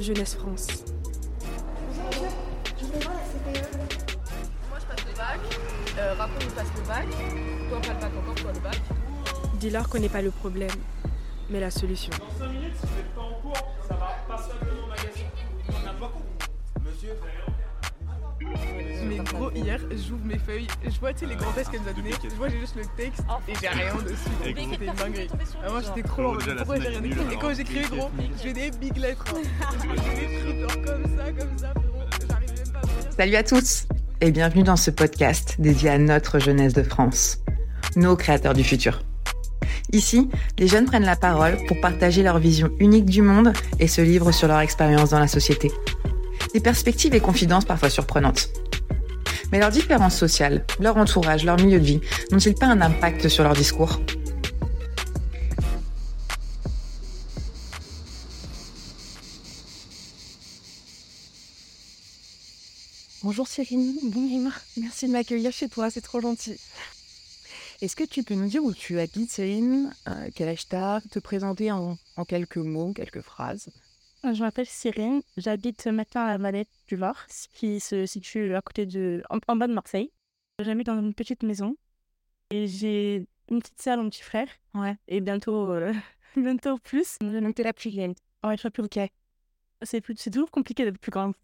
Jeunesse France. Bonjour monsieur, je voulais voir la CPE. Moi je passe le bac, euh, Raphaël il passe le bac, toi pas le bac encore, toi le bac. Dis-leur qu'on n'est pas le problème, mais la solution. Dans 5 minutes, si vous n'êtes pas en cours, ça va passablement magasin. On n'a pas compris. Monsieur Mais gros, hier, j'ouvre mes feuilles, je vois tu sais, les grands tests qu'elle nous a donné, je vois j'ai juste le texte et j'ai rien dessus. Ah, Et gros. C'était une dinguerie. Ah, moi j'étais trop en Déjà, mode la pourquoi j'ai semaine rien nulle, écrit. Et alors, quand j'écris big gros, lettres. j'ai des big lettres. J'ai des trucs genre comme ça, comme ça, frérot. J'arrive même pas à me dire. Salut à tous et bienvenue dans ce podcast dédié à notre jeunesse de France, nos créateurs du futur. Ici, les jeunes prennent la parole pour partager leur vision unique du monde et se livrent sur leur expérience dans la société. Des perspectives et confidences parfois surprenantes. Mais leurs différences sociales, leur entourage, leur milieu de vie n'ont-ils pas un impact sur leur discours Bonjour Cyrine, bonjour, merci de m'accueillir chez toi, c'est trop gentil. Est-ce que tu peux nous dire où tu habites Cyrine, euh, quel âge t'as, te présenter en, en quelques mots, quelques phrases Je m'appelle Cyrine, j'habite maintenant à la Valette du Vars, qui se situe à côté de, en, en bas de Marseille. J'habite dans une petite maison et j'ai une petite sœur, un petit frère. Ouais. Et bientôt, euh, bientôt plus. Donc t'es la plus grande. Ouais, je suis la plus Ok. C'est plus, c'est toujours compliqué d'être plus grande.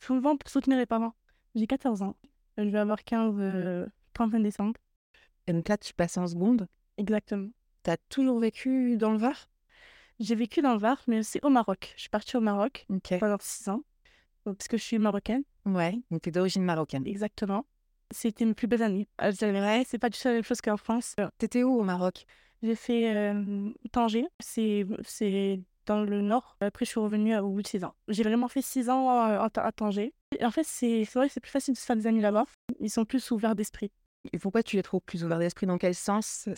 Souvent pour soutenir les parents. J'ai 14 ans. Je vais avoir 15, euh, 31 décembre. Et donc là tu passes en seconde, Exactement. t'as toujours vécu dans le Var J'ai vécu dans le Var, mais aussi au Maroc. Je suis partie au Maroc Ok. pendant 6 ans, euh, parce que je suis marocaine. Ouais, donc t'es d'origine marocaine. Exactement. C'était mes plus belles années. Euh, je dirais, ouais, c'est pas du tout la même chose qu'en France. Euh, T'étais où au Maroc J'ai fait euh, Tanger, c'est, c'est dans le nord. Après, je suis revenue à- au bout de 6 ans. J'ai vraiment fait 6 ans euh, à Ta- à Tanger. Et en fait, c'est, c'est vrai que c'est plus facile de se faire des amis là-bas. Ils sont plus ouverts d'esprit. Et pourquoi tu les trouves plus ouverts d'esprit Dans quel sens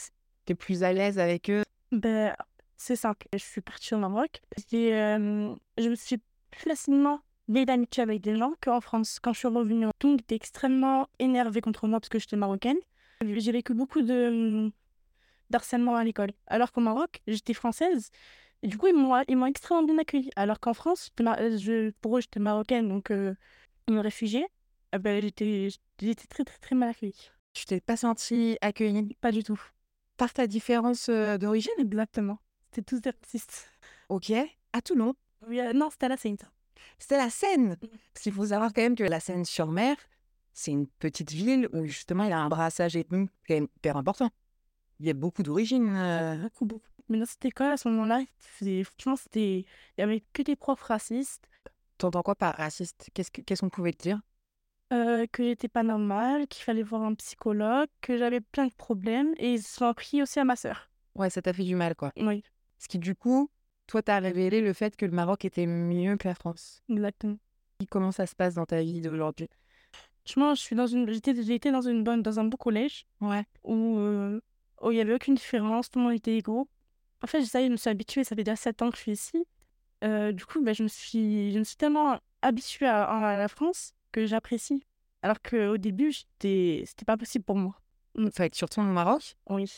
T'es plus à l'aise avec eux Ben, c'est simple. Je suis partie au Maroc. J'ai, euh, je me suis plus facilement liée d'amitié avec des gens qu'en France. Quand je suis revenue, tout le monde était extrêmement énervé contre moi parce que j'étais marocaine. J'ai vécu beaucoup de euh, d'harcèlement à l'école. Alors qu'au Maroc, j'étais française. Et du coup, ils m'ont, ils m'ont extrêmement bien accueillie. Alors qu'en France, j'étais ma- euh, je, pour eux, j'étais marocaine, donc euh, une réfugiée. Eh ben, j'étais, j'étais très, très, très mal accueillie. Tu t'es pas senti accueillie Pas du tout. par ta différence euh, d'origine Exactement. C'était tous des racistes. Ok, à Toulon. Oui, euh, non, c'était à la Seine. C'était la Seine. Parce qu'il faut savoir quand même que la Seine-sur-Mer, c'est une petite ville où justement il y a un brassage ethnique quand même hyper important. Il y a beaucoup d'origines. euh, beaucoup, beaucoup. Mais dans cette école, à ce moment-là, c'était- franchement, c'était... il n'y avait que des profs racistes, T'entends quoi par raciste Qu'est-ce que- qu'est-ce qu'on pouvait te dire euh, que j'étais pas normale, qu'il fallait voir un psychologue, que j'avais plein de problèmes, et ils se sont pris aussi à ma sœur. Ouais, ça t'a fait du mal, quoi. Oui, Ce qui, du coup, toi, t'as révélé le fait que le Maroc était mieux que la France. exactement. Et Comment ça se passe dans ta vie d'aujourd'hui Franchement, je suis dans une... j'étais, j'étais dans, une bonne... dans un bon collège Ouais. où euh, où il n'y avait aucune différence, tout le monde était égaux. En fait, ça y est, je me suis habituée, ça fait déjà 7 ans que je suis ici. Euh, du coup, ben, je, me suis... je me suis tellement habituée à, à la France que j'apprécie. Alors qu'au début, j'étais... c'était pas possible pour moi. Fait que tu retournes au Maroc Oui.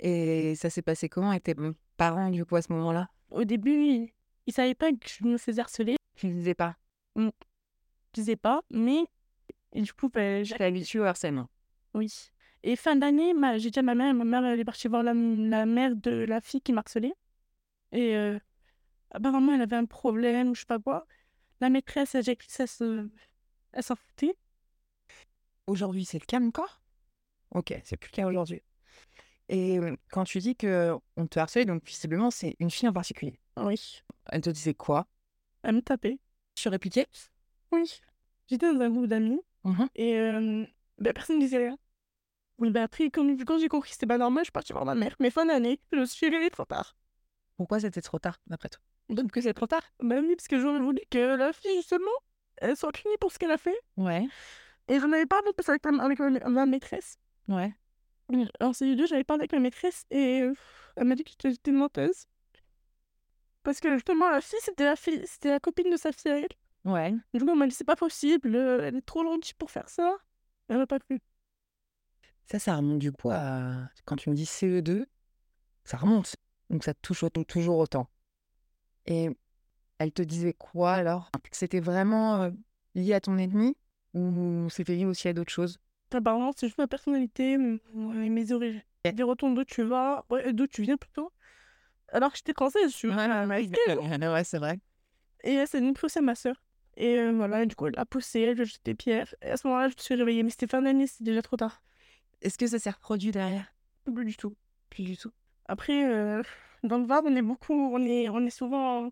et ça s'est passé comment avec tes parents, du coup, à ce moment-là Au début, ils ne savaient pas que je me faisais harceler. Tu ne disais pas. Je disais pas, mais et du coup, ben, j'ai- J'étais habituée au harcèlement. Oui. Et fin d'année, ma- j'ai dit à ma mère, ma mère elle est partie voir la, la mère de la fille qui m'harcelait. Et euh, apparemment, elle avait un problème, ou je sais pas quoi. La maîtresse, elle, elle, se- elle s'en foutait. Aujourd'hui, c'est le calme encore Ok, c'est plus le cas aujourd'hui. Et euh, quand tu dis que on te harcèle, donc visiblement, c'est une fille en particulier. Oui. Elle te disait quoi Elle me tapait. Tu répliquais Oui. J'étais dans un groupe d'amis Mhm. et euh, ben, personne ne disait rien. Oui, ben après, quand, quand j'ai compris que c'était pas normal, je suis partie voir ma mère. Mais fin d'année, je me suis réveillée trop tard. Pourquoi c'était trop tard, d'après toi Donc que c'est trop tard. Bah oui, parce que j'aurais voulu que la fille, justement, elle soit punie pour ce qu'elle a fait. Ouais, Et j'en avais parlé parce que avec, ma- avec ma, ma maîtresse. ouais. En CE2, j'avais parlé avec ma maîtresse et euh, elle m'a dit que j'étais- j'étais une menteuse. Parce que justement, la fille, c'était la, fille, c'était la copine de sa fille à elle. Ouais. Du coup, elle m'a dit, c'est pas possible, euh, elle est trop gentille pour faire ça. Elle m'a pas cru. Ça, ça remonte du coup à... Quand tu me dis E CE2, ça remonte. Donc ça te touche autant- toujours autant. Et Elle te disait quoi alors Que C'était vraiment euh, lié à ton ennemi ou c'était lié aussi à d'autres choses Apparemment, c'est juste ma personnalité, m- ouais, mes origines. Des retours d'où tu vas, ouais, d'où tu viens plutôt. Alors que j'étais française, je suis américaine. ouais, c'est vrai. Et elle s'est venue pousser à ma soeur. Et euh, voilà, et du coup, elle a poussé, elle lui a jeté des pierres. Et à ce moment-là, je me suis réveillée. Mais c'était fin d'année, c'était déjà trop tard. Est-ce que ça s'est reproduit derrière Plus du tout. Plus du tout. Après, euh, dans le Var, on est beaucoup, on est, on est souvent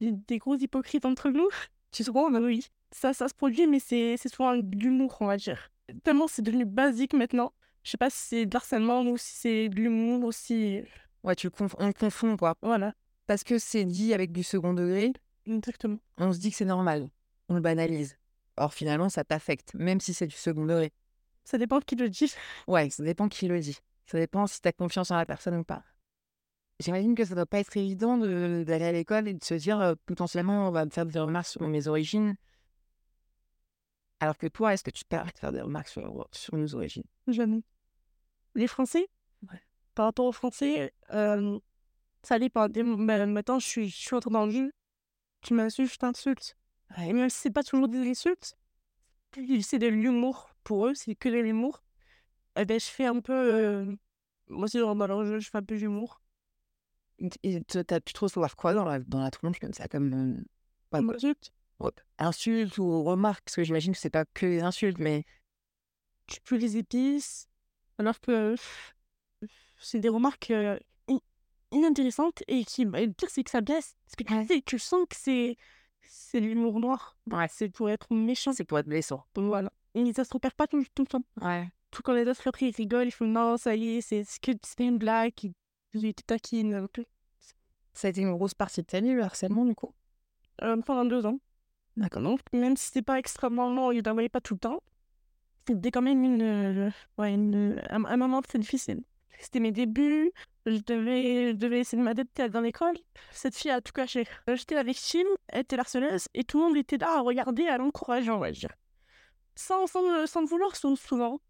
des, des gros hypocrites entre nous. Tu te rends, oui. Ça, ça se produit, mais c'est c'est souvent de l'humour, on va dire. Tellement c'est devenu basique maintenant. Je sais pas si c'est de l'harcèlement ou si c'est de l'humour aussi. Ouais, tu conf- on confond quoi. Voilà, Parce que c'est dit avec du second degré, exactement. on se dit que c'est normal. On le banalise. Or finalement, ça t'affecte, même si c'est du second degré. Ça dépend de qui le dit. Ouais, ça dépend qui le dit. Ça dépend si t'as confiance en la personne ou pas. J'imagine que ça doit pas être évident de- d'aller à l'école et de se dire euh, potentiellement on va me faire des remarques sur mes origines. Alors que toi, est-ce que tu te permets de faire des remarques sur, sur nos origines Jamais. Les Français Par rapport aux Français, euh, ça dépend. Des- ma- Maintenant, je suis, je suis entrée dans le jeu. Tu m'insultes, je t'insulte. Et même si c'est pas toujours des insultes, c'est de l'humour pour eux, c'est que de l'humour. Eh ben, je fais un peu. euh, Moi aussi, dans dans leur jeu, je fais un peu d'humour. Et te- t'as- Tu trouves savoir quoi dans la, dans la tronche comme ça comme, euh, pas- Tu m'insultes, Hop. insultes ou remarques, parce que j'imagine que c'est pas que les insultes, mais tu peux les épices. Alors que euh, c'est des remarques euh, in- inintéressantes et qui, et le pire, c'est que ça blesse. Parce que tu sais, tu sens que c'est, c'est de l'humour noir. C'est pour être méchant. c'est pour être blessant. Donc voilà. Et ça se repère pas tout, tout le temps. Ouais. Tout quand les autres après, ils rigolent, ils font non, ça y est, c'est, c'est que c'était une blague, ils ils te taquinent un peu. Ça a été une grosse partie de ta vie, le harcèlement, du coup. Euh, pendant deux ans. D'accord. Donc, même si c'était pas extrêmement long, ils n'envoyaient pas tout le temps, c'était quand même une, euh, ouais, une- un, un moment très difficile. C'était mes débuts, je devais, je devais essayer de m'adapter à- dans l'école. Cette fille a tout caché. Euh, J'étais la victime, elle était l'harceleuse, et tout le monde était là à regarder, à l'encourager, on va dire. Sans, sans, le- sans le vouloir, sou- souvent.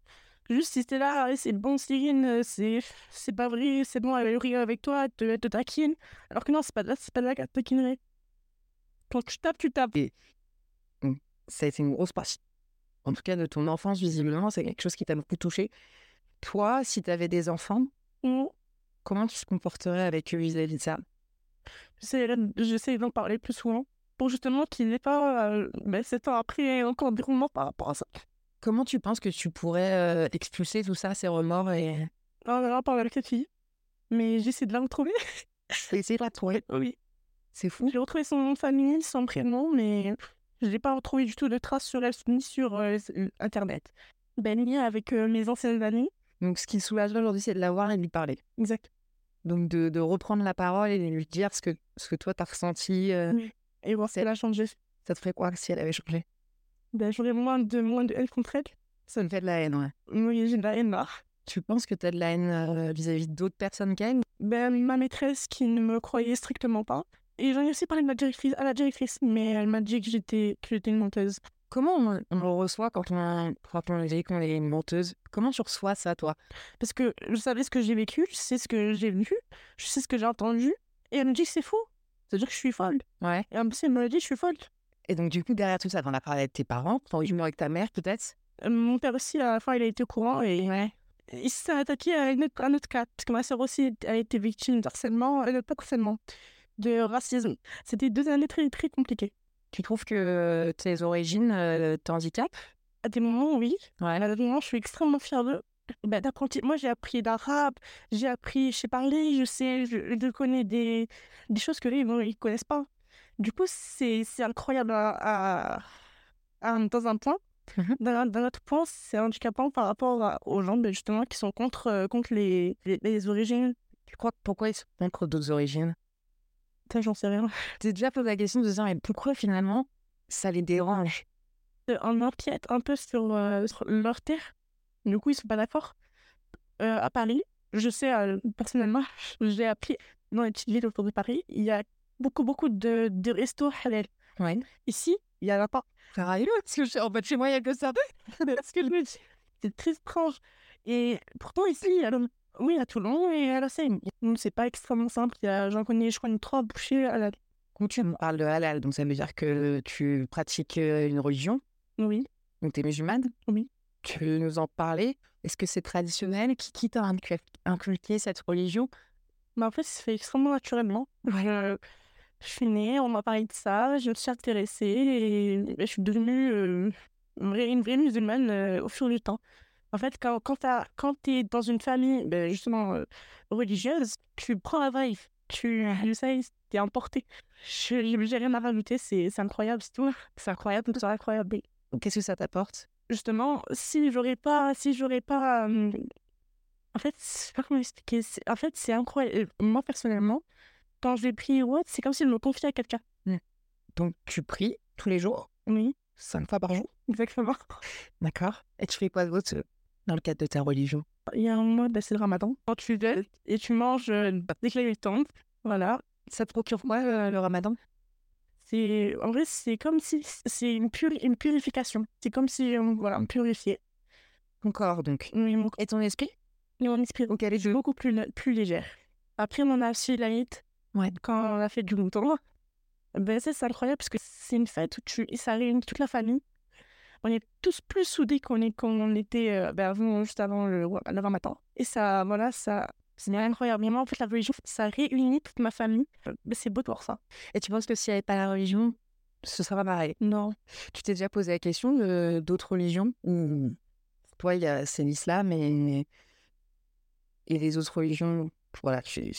Juste, c'était là, Ouais, c'est bon, Cyrine, euh, c'est c'est pas vrai, c'est bon, elle va rire avec toi, elle te, elle te taquine. Alors que non, c'est pas, de la- c'est pas de la taquinerie. Quand tu tapes, tu tapes. Ça a été une grosse partie. En tout cas, de ton enfance, visiblement, c'est quelque chose qui t'a beaucoup touché. Toi, si t'avais des enfants, Ou comment tu te comporterais avec eux vis-à-vis de ça J'essaie de- J'essaie d'en parler plus souvent pour justement qu'il n'ait pas, euh, ben, sept ans après, encore des romans par rapport à ça. Comment tu penses que tu pourrais euh, expulser tout ça, ces remords et On en parle avec cette fille, mais j'essaie de la retrouver. essayer de la trouver Oui. C'est fou. J'ai retrouvé son nom de famille, son prénom, mais je n'ai pas retrouvé du tout de traces sur elle ni sur euh, s- euh, Internet. Ben, lien avec euh, mes anciennes amies. Donc, ce qui te soulage aujourd'hui, c'est de la voir et de lui parler. Exact. Donc, de, de reprendre la parole et de lui dire ce que, ce que toi, t'as ressenti. euh, Et voir si elle a changé. Ça te ferait quoi si elle avait changé Ben, j'aurais moins de, moins de haine contre elle. Ça me fait de la haine, ouais. Oui, j'ai de la haine là. Tu penses que tu as de la haine euh, vis-à-vis d'autres personnes qu'elle Ben, ma maîtresse qui ne me croyait strictement pas. Et j'en ai aussi parlé de la directrice, à la directrice, mais elle m'a dit que j'étais que j'étais une menteuse. Comment on, on le reçoit quand on, quand on dit qu'on est menteuse Comment tu reçois ça, toi Parce que je savais ce que j'ai vécu, je sais ce que j'ai vu, je sais ce que j'ai entendu. Et elle me dit que c'est faux. C'est-à-dire que je suis folle. Ouais. Et en plus, elle me l'a dit, je suis folle. Et donc, du coup, derrière tout ça, t'en as parlé avec tes parents, t'en as humeur avec ta mère, peut-être Euh, Mon père aussi, à la fin, il a été au courant et il s'est attaqué à un autre, un autre cas. Parce que ma soeur aussi a été victime d'harcèlement, euh, pas de harcèlement, de racisme. C'était deux années très, très compliquées. Tu trouves que euh, tes origines euh, t'handicapent À des moments, oui, Ouais. À d'autres moments, je suis extrêmement fière de bah, d'apprenti. Moi, j'ai appris l'arabe, j'ai appris, je sais parler, je sais, je, je connais des, des choses que les gens ils connaissent pas. Du coup, c'est c'est incroyable à, à- à- dans un point. Mhm. Dans, un- dans notre point, c'est handicapant par rapport à- aux gens bah, justement qui sont contre, euh, contre les, les, les origines. Tu crois que pourquoi ils sont contre d'autres origines Ça, j'en sais rien. T'es déjà posé la question de se dire, mais pourquoi finalement ça les dérange Euh, On empiète un peu sur, euh, sur leur terre. Du coup, ils sont pas d'accord. Euh, à Paris, je sais euh, personnellement, j'ai appris dans les petites villes autour de Paris, il y a beaucoup, beaucoup de, de restos halal. Ouais. Ici, il y en a pas. Sérieux Parce que je- en fait, chez moi, il n'y a que ça. Parce que je me dis, c'est très étrange. Et pourtant, ici, il y a le- oui, à Toulon et à la Seine. Donc, c'est pas extrêmement simple. Il y a- J'en connais, je crois, une trois bouchées à la Donc, tu me parles de halal, donc ça veut dire que tu pratiques euh, une religion, Oui. donc tu es musulmane. Oui. Tu veux nous en parler Est-ce que c'est traditionnel Qui, qui t'a incu- inculqué cette religion Mais Bah, en fait, ça se fait extrêmement naturellement. Je, je suis née, on m'a parlé de ça, je me suis intéressée et je suis devenue euh, une, vraie, une vraie musulmane euh, au fur du temps. En fait, quand, quand, t'as- quand tu es dans une famille ben, justement euh, religieuse, tu prends la vibe, tu euh, le sais, t'es emporté. Je j'ai rien à rajouter, c'est c'est incroyable, c'est tout. C'est incroyable, c'est incroyable. Qu'est-ce que ça t'apporte justement, si j'aurais pas, si j'aurais pas, euh, en fait, je sais pas comment expliquer. c'est- En fait, c'est incroyable. euh, Moi personnellement, quand je vais prier ou autre, c'est comme si je me confiais à quelqu'un. Donc, tu pries tous les jours, Oui, cinq fois par jour. exactement. D'accord. Et tu fais quoi d'autre euh, dans le cadre de ta religion Il y a un mois, bah, c'est le Ramadan. Quand tu jeûnes et tu manges euh, bah, dès que la nuit tombe, voilà. Ça te procure quoi le ramadan euh, C'est en vrai, c'est comme si c'est une, puri- une purification. C'est comme si on voilà, me purifiait. Ton corps, donc. Oui, mon Et ton esprit Et mon esprit donc elle est beaucoup plus, le- plus légère. Après, on a aussi la hit. Ouais. Quand on a fait du longtemps, ben ça, c'est incroyable parce que c'est une fête où tu, ça réunit toute la famille. On est tous plus soudés qu'on est, qu'on était euh, ben, avant, juste avant le, le Ramadan. Et ça, voilà, ça, c'est incroyable. Vraiment, en fait, la religion, ça réunit toute ma famille. Euh, ben, c'est beau de voir ça. Et tu penses que s'il n'y avait pas la religion, ce serait pas pareil Non. Tu t'es déjà posé la question de- d'autres religions ou toi, il y a- c'est l'islam et, et les autres religions Voilà, tu ne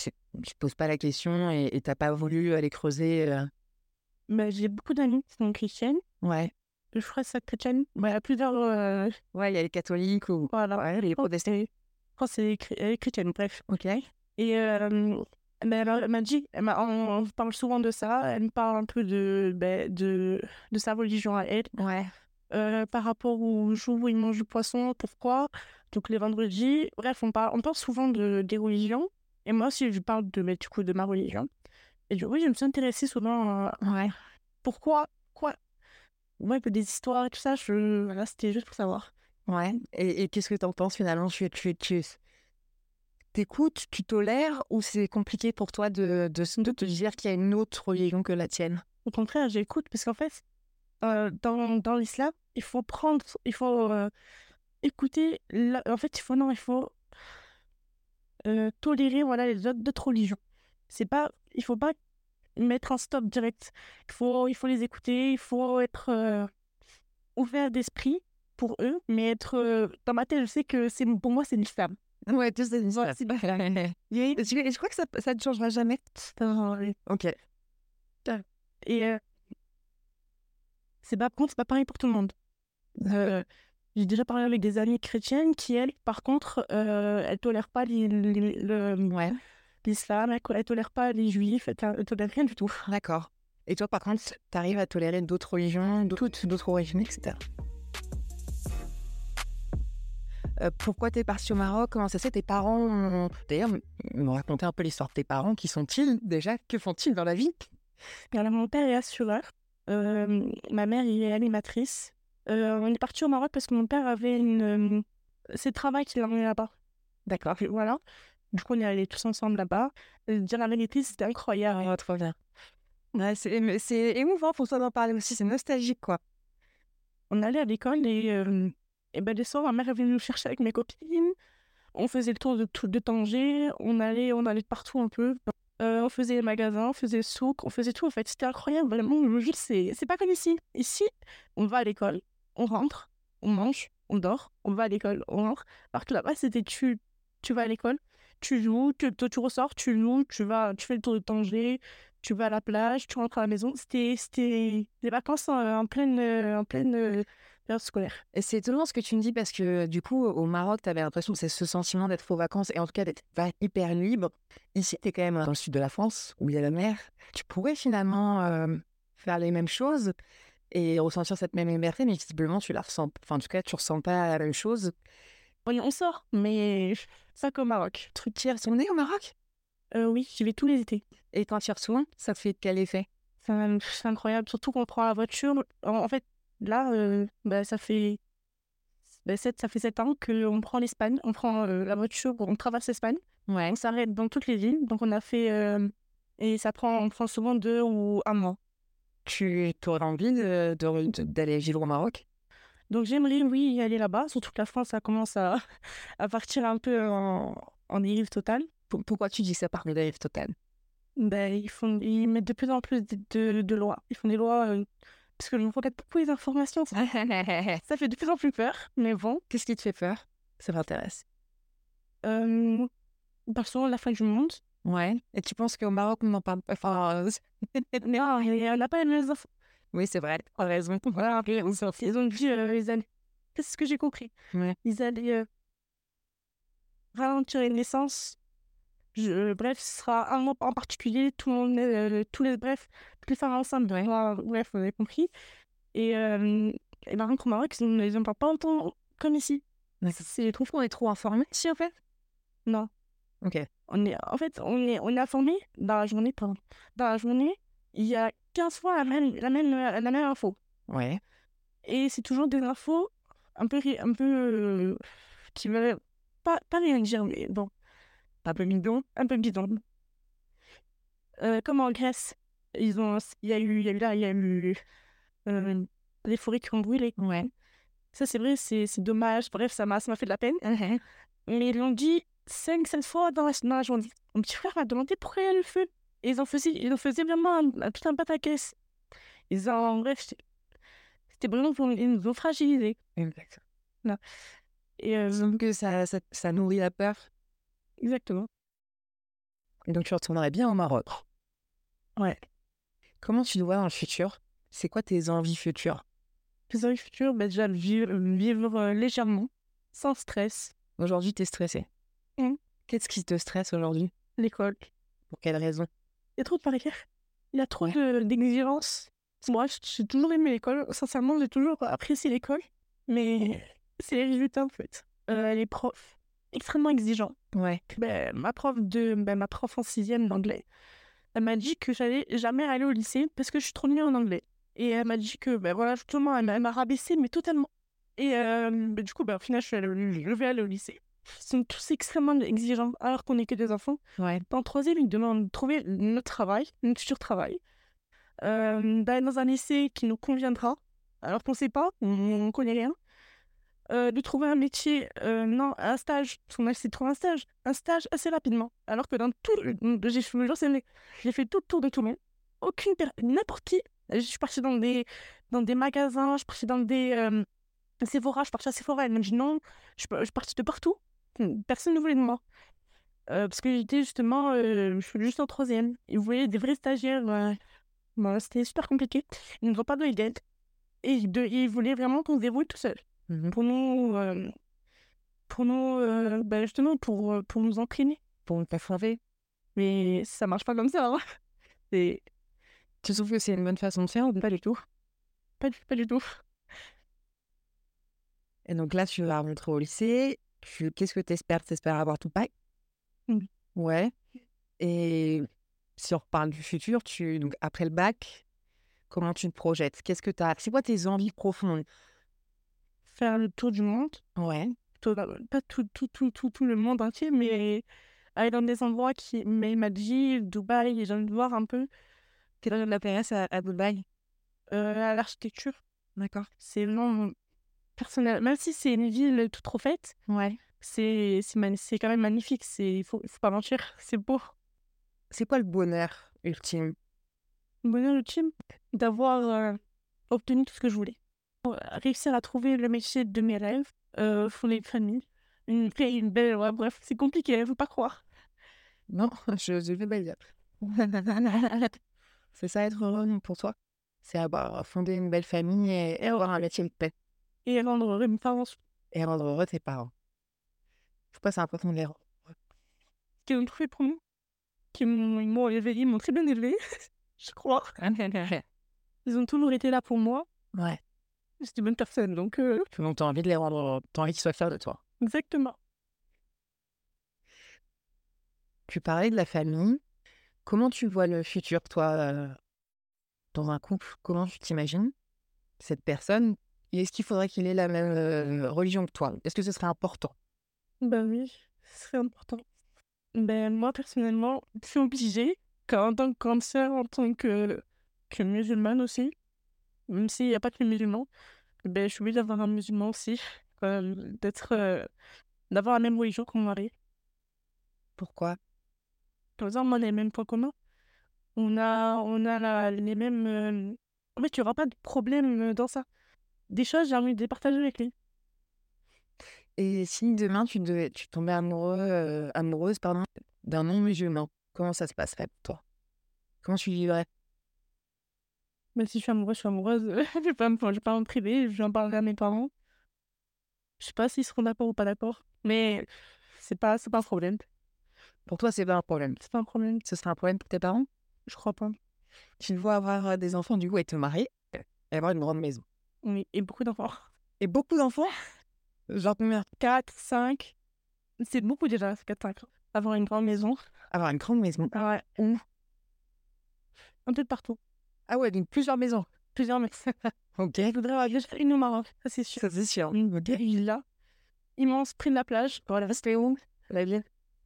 te poses pas la question et tu n'as pas voulu aller creuser. euh. Ben, j'ai beaucoup d'amis qui sont chrétiennes. Ouais. Je crois que ça chrétienne. Ben, il y a plusieurs. euh, Ouais, il y a les catholiques ou. voilà. Ouais, les protestants. Je crois que c'est chr- euh, chrétienne, bref. Ok. Et euh, mais elle, elle m'a dit, elle m'a- on, on parle souvent de ça, elle me parle un peu de, ben, de, de sa religion à elle, Ouais. euh, par rapport au jour où ils mangent du poisson, pourquoi, donc les vendredis, bref, on parle, on parle souvent de, des religions, et moi aussi je parle de, ben, du coup, de ma religion. Et du coup, oui, je me suis intéressée souvent à Ouais. pourquoi, quoi, ouais, que des histoires et tout ça, je, voilà, c'était juste pour savoir. Ouais. Et, et qu'est-ce que tu en penses finalement Tu tu- tu- t'écoutes, tu tolères ou c'est compliqué pour toi de, de, de te dire qu'il y a une autre religion que la tienne Au contraire, j'écoute parce qu'en fait, euh, dans, dans l'islam, il faut prendre, il faut euh, écouter. la- en fait, il faut non, il faut euh, tolérer voilà les autres, d'autres religions. C'est pas, il faut pas mettre un stop direct. Il faut, il faut les écouter. Il faut être euh, ouvert d'esprit pour eux, mais être euh, dans ma tête, je sais que c'est pour moi c'est l'islam. Ouais, tu sais, Voilà, c'est- Je, je crois que ça, ça ne changera jamais. Ok. Et euh, c'est pas, par contre, c'est pas pareil pour tout le monde. Euh, j'ai déjà parlé avec des amies chrétiennes qui, elles, par contre, euh, elles tolèrent pas les- les- le- Ouais. l'islam, elles, co- elles tolèrent pas les juifs, elles, to- elles tolèrent rien du tout. D'accord. Et toi, par contre, t'arrives à tolérer d'autres religions, d'autres toutes d'autres origines, etc. Euh, pourquoi t'es parti au Maroc Comment ça se fait Tes parents ont- D'ailleurs, m- m'ont raconté un peu l'histoire de tes parents. Qui sont-ils déjà Que font-ils dans la vie Et alors, mon père est assureur, euh, ma mère il est animatrice. Euh, on est parti au Maroc parce que mon père avait une. euh, c'est le travail qui l'a emmené là-bas. D'accord. Puis Voilà. Du coup, on est allés tous ensemble là-bas. Euh, Dire la vérité, c'était incroyable. Ah, trop bien. Ouais, c'est mais c'est émouvant pour toi d'en parler aussi. C'est nostalgique, quoi. on allait à l'école et, euh, et ben, les soirs, ma mère elle venait nous chercher avec mes copines. On faisait le tour de, tout- de Tanger, on allait, on allait partout un peu. Euh, on faisait les magasins, on faisait le souk, on faisait tout en fait. C'était incroyable, vraiment. Je me dis, c'est c'est pas comme ici. Ici, on va à l'école, on rentre, on mange, on dort, on va à l'école, on rentre. Alors que là-bas, c'était tu, tu vas à l'école, tu joues, tu, tu, tu ressors, tu joues, tu, vas, tu fais le tour de Tanger, tu vas à la plage, tu rentres à la maison. C'était c'était des vacances en, en pleine, euh, en pleine euh, période scolaire. Et c'est étonnant ce que tu me dis parce que du coup, au Maroc, tu avais l'impression que c'est ce sentiment d'être aux vacances et en tout cas d'être pas hyper libre. Ici, tu es quand même euh, dans le sud de la France où il y a la mer. Tu pourrais finalement euh, faire les mêmes choses et ressentir cette même liberté, mais visiblement, tu la ressens. Enfin, en tout cas, tu ressens pas la même chose. Bon, on sort, mais ça qu'au Maroc. Truc qui est retourné au Maroc Euh, oui, j'y vais tous les étés. et quand tu y retournes, ça te fait quel effet C'est un- c'est incroyable, surtout qu'on prend la voiture. En, en fait, là, euh, bah, ça fait bah, sept- ça fait 7 ans qu'on prend l'Espagne, on prend euh, la voiture, on traverse l'Espagne, Ouais. on s'arrête dans toutes les villes. Donc on a fait euh, Et ça prend, on prend souvent deux ou un mois. Tu aurais envie de- de- d'aller vivre au Maroc Donc j'aimerais, oui, aller là-bas, surtout que la France, ça commence à, à partir un peu en, en dérive totale. Pou- Pourquoi tu dis que ça part de dérive totale Ben, ils, font, ils mettent de plus en plus de, de- de lois. Ils font des lois, euh, parce que je regarde beaucoup les informations, ça, Qu'est-ce ça fait de plus en plus peur, mais bon. qui te fait peur Ça m'intéresse. Euh, bah, souvent, la fin du monde. Ouais. Et tu penses qu'au Maroc, on n'en parle pas enfin, euh, Mais ah, il y en a pas les mêmes infos. Oui, c'est vrai. T'as raison. Voilà, on s'en fout. Ils ont dit, euh, ils allaient... C'est ce que j'ai compris. Ouais. Ils allaient euh, ralentir les naissances. Je- euh, bref, ce sera un mois en particulier. Tout le monde, euh, tous les, bref, toutes les femmes enceintes. Voilà, bref, vous avez compris. Et, euh, et par contre, au Maroc, ils n'en ils en parlent pas autant comme ici. C'est- Je trouve qu'on est trop informés si en fait. Non. Ok. On est, en fait, on est, on est informé dans la journée, pardon. Dans la journée, il y a 15 fois la même, la même, la même info. Ouais. Et c'est toujours des infos un peu, ri- un peu euh, qui veulent pas, pas rien dire, mais bon, Un peu bidon. un peu bidon. Euh, comme en Grèce, ils ont, il y a eu, il y a eu là, il y a eu euh, les forêts qui ont brûlé. Ouais. Ça, c'est vrai, c'est c'est dommage. Bref, ça m'a ça m'a fait de la peine. Mais ils l'ont dit 5-7 fois dans la, dans la journée. Mon petit frère m'a demandé pourquoi il y a le feu. Et ils en faisaient, ils en faisaient vraiment un, un- tout un pataquès. Ils ont, bref, c'était- c'était vraiment, ils nous ont fragilisés. Exactement. Et euh, Donc que ça, ça, ça nourrit la peur. exactement. Et donc tu retournerais bien au Maroc. Ouais. Comment tu te vois dans le futur C'est quoi tes envies futures Plus dans le futur, bah, déjà vivre, vivre euh, légèrement, sans stress, Aujourd'hui, t'es stressé. Mmh. Mm. Qu'est-ce qui te stresse aujourd'hui l'école. Pour quelle raison Il y a trop de barrières. Il y a trop de- d'exigences. Moi, j- j'ai toujours aimé l'école. Sincèrement, j'ai toujours apprécié l'école. Mais c'est les résultats, en fait. Euh, les profs, extrêmement exigeants. Ouais. Ben, ma prof de ben, ma prof en sixième d'anglais, elle m'a dit que j'allais jamais aller au lycée parce que je suis trop nulle en anglais. Et elle m'a dit que ben voilà justement elle m'a- elle m'a rabaissée mais totalement. Et euh, ben, du coup ben, au final je, suis allée au lycée, je vais aller au lycée. Ils sont tous extrêmement exigeants alors qu'on n'est que des enfants. Ouais. En troisième ils demandent de trouver notre travail, notre futur travail, euh, d'aller dans un lycée qui nous conviendra alors qu'on sait pas, on, on connaît rien. Euh, de trouver un métier, euh, non, un stage. Parce qu'on a essayé de trouver un stage, un stage assez rapidement. Alors que dans tout, le- j'ai je vous jure, c'est- j'ai fait tout le tour de Toulon. Aucune personne, n'importe qui. Je suis partie dans des, dans des magasins, je suis partie dans des euh, Sephora, je suis partie à Sephora. Elle m'a dit non, je, suis par- je suis partie de partout. Personne ne voulait de moi. Euh, parce que j'étais justement, euh, je suis juste en troisième. Ils voulaient des vrais stagiaires. ouais. Bon, C'était super compliqué. Ils ne nous ont pas donné d'aide. Et de- ils voulaient vraiment qu'on se débrouille tout seul pour nous, euh, pour nous, euh, ben, justement, pour, euh, pour nous entraîner. Pour ne pas flaver. Mais ça marche pas comme ça. hein. C'est Tu trouves que c'est une bonne façon de faire ou pas du tout. Pas du, pas du tout. Et donc là, tu vas rentrer au lycée. Tu... Qu'est-ce que tu espères Tu espères avoir ton bac Oui. Ouais. Et si on reparle du futur, tu... donc, après le bac, comment tu te projettes Qu'est-ce que tu as C'est quoi tes envies profondes Faire le tour du monde. Ouais. Tout- bah, pas tout, tout, tout, tout, tout le monde entier, mais aller dans des endroits qui. Mais Madji, Dubaï, les gens de voir un peu Quel est l'intérêt à, à Dubaï euh, à l'architecture. D'accord. C'est non personnel. Même si c'est une ville toute refaite, Ouais. c'est c'est mag- c'est quand même magnifique. Il faut, faut pas mentir, c'est beau. C'est quoi le bonheur ultime bonheur ultime d'avoir euh, obtenu tout ce que je voulais. Pour euh, réussir à trouver le métier de mes rêves, euh, fonder une famille, une vraie, une belle, ouais, bref, c'est compliqué, faut pas croire. Non, je, je vais pas le dire. c'est ça être heureux donc, pour toi C'est avoir fondé une belle famille et, et avoir un métier de paix Et rendre heureux mes parents, ce et rendre heureux tes parents. Je pense que c'est important de les rendre. qu'ils ont trouvé pour moi, qu'ils m'ont ils m'ont élevé, ils m'ont très bien élevé, je crois. Ils ont toujours été là pour moi, Ouais. c'est une bonne personne, donc euh, Donc, t'as envie de les rendre heureux. T'as envie qu'ils soient fiers de toi. exactement. Tu parlais de la famille. Comment tu vois le futur, toi, euh, dans un couple Comment tu t'imagines cette personne Et est-ce qu'il faudrait qu'il ait la même euh, religion que toi Est-ce que ce serait important Bah Ben oui, ce serait important. Ben moi personnellement, je suis obligée, en tant que grande sœur, en tant que, que musulmane aussi, même s'il n'y a pas que les musulmans, ben, je suis obligée d'avoir un musulman aussi, euh, d'être, euh, d'avoir la même religion que mon mari. Pourquoi Par exemple, on a les mêmes points communs. On a, on a la- les mêmes. euh, En fait, tu n'auras pas de problème euh, dans ça. Des choses, j'ai envie de les partager avec lui. Et si demain tu, devais, tu tombais amoureux, euh, amoureuse pardon, d'un non-musulman, comment ça se passerait pour toi Comment tu vivrais Mais Bah, si je suis amoureuse, je suis amoureuse. euh, je vais pas me, je vais pas en priver, j'en parlerai à mes parents. Je sais pas s'ils seront d'accord ou pas d'accord, mais c'est pas, c'est pas un problème. Pour toi, c'est pas un problème. C'est pas un problème, Ce serait un problème pour tes parents je crois pas. Tu le vois avoir euh, des enfants, du coup, et te marier, et avoir une grande maison. Oui, et beaucoup d'enfants. Et beaucoup d'enfants Genre combien 4, 5, c'est beaucoup déjà, 4, 5. Avoir une grande maison. Avoir une grande maison. Ah ouais. Où Un peu de partout. Ah ouais, donc plusieurs maisons. Plusieurs mecs. Ok. Je voudrais avoir déjà une au Maroc, ça c'est sûr. Ça, c'est sûr. Une villa immense, près de la plage. Voilà, c'était où La ville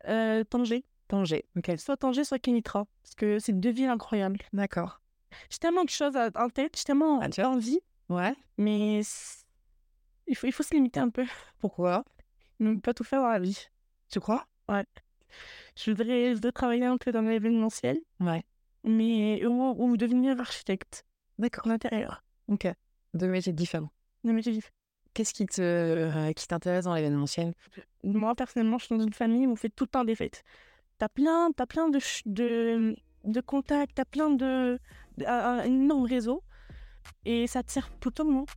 euh, Tanger. Tanger. Ok. Soit Tanger, soit Kenitra. Parce que c'est deux villes incroyables. D'accord. J'ai tellement de choses à- en tête, j'ai tellement Ah, tu vois. envie, Ouais. mais c'est- il faut, il faut se limiter un peu. Pourquoi On ne Mmh. peut pas tout faire dans la vie. Tu crois Je voudrais, je voudrais travailler un peu dans l'événementiel, Ouais. mais ou, ou devenir architecte D'accord. en intérieur. Ok. Deux métiers différents. Non, mais j'ai dit, Qu'est-ce qui te euh, qui t'intéresse dans l'événementiel Mmh. moi personnellement, je suis dans une famille où on fait tout le temps des fêtes. T'as plein, t'as plein de, ch- de, de contacts, t'as plein de, de- un un énorme réseau, et ça te sert pour tout le monde.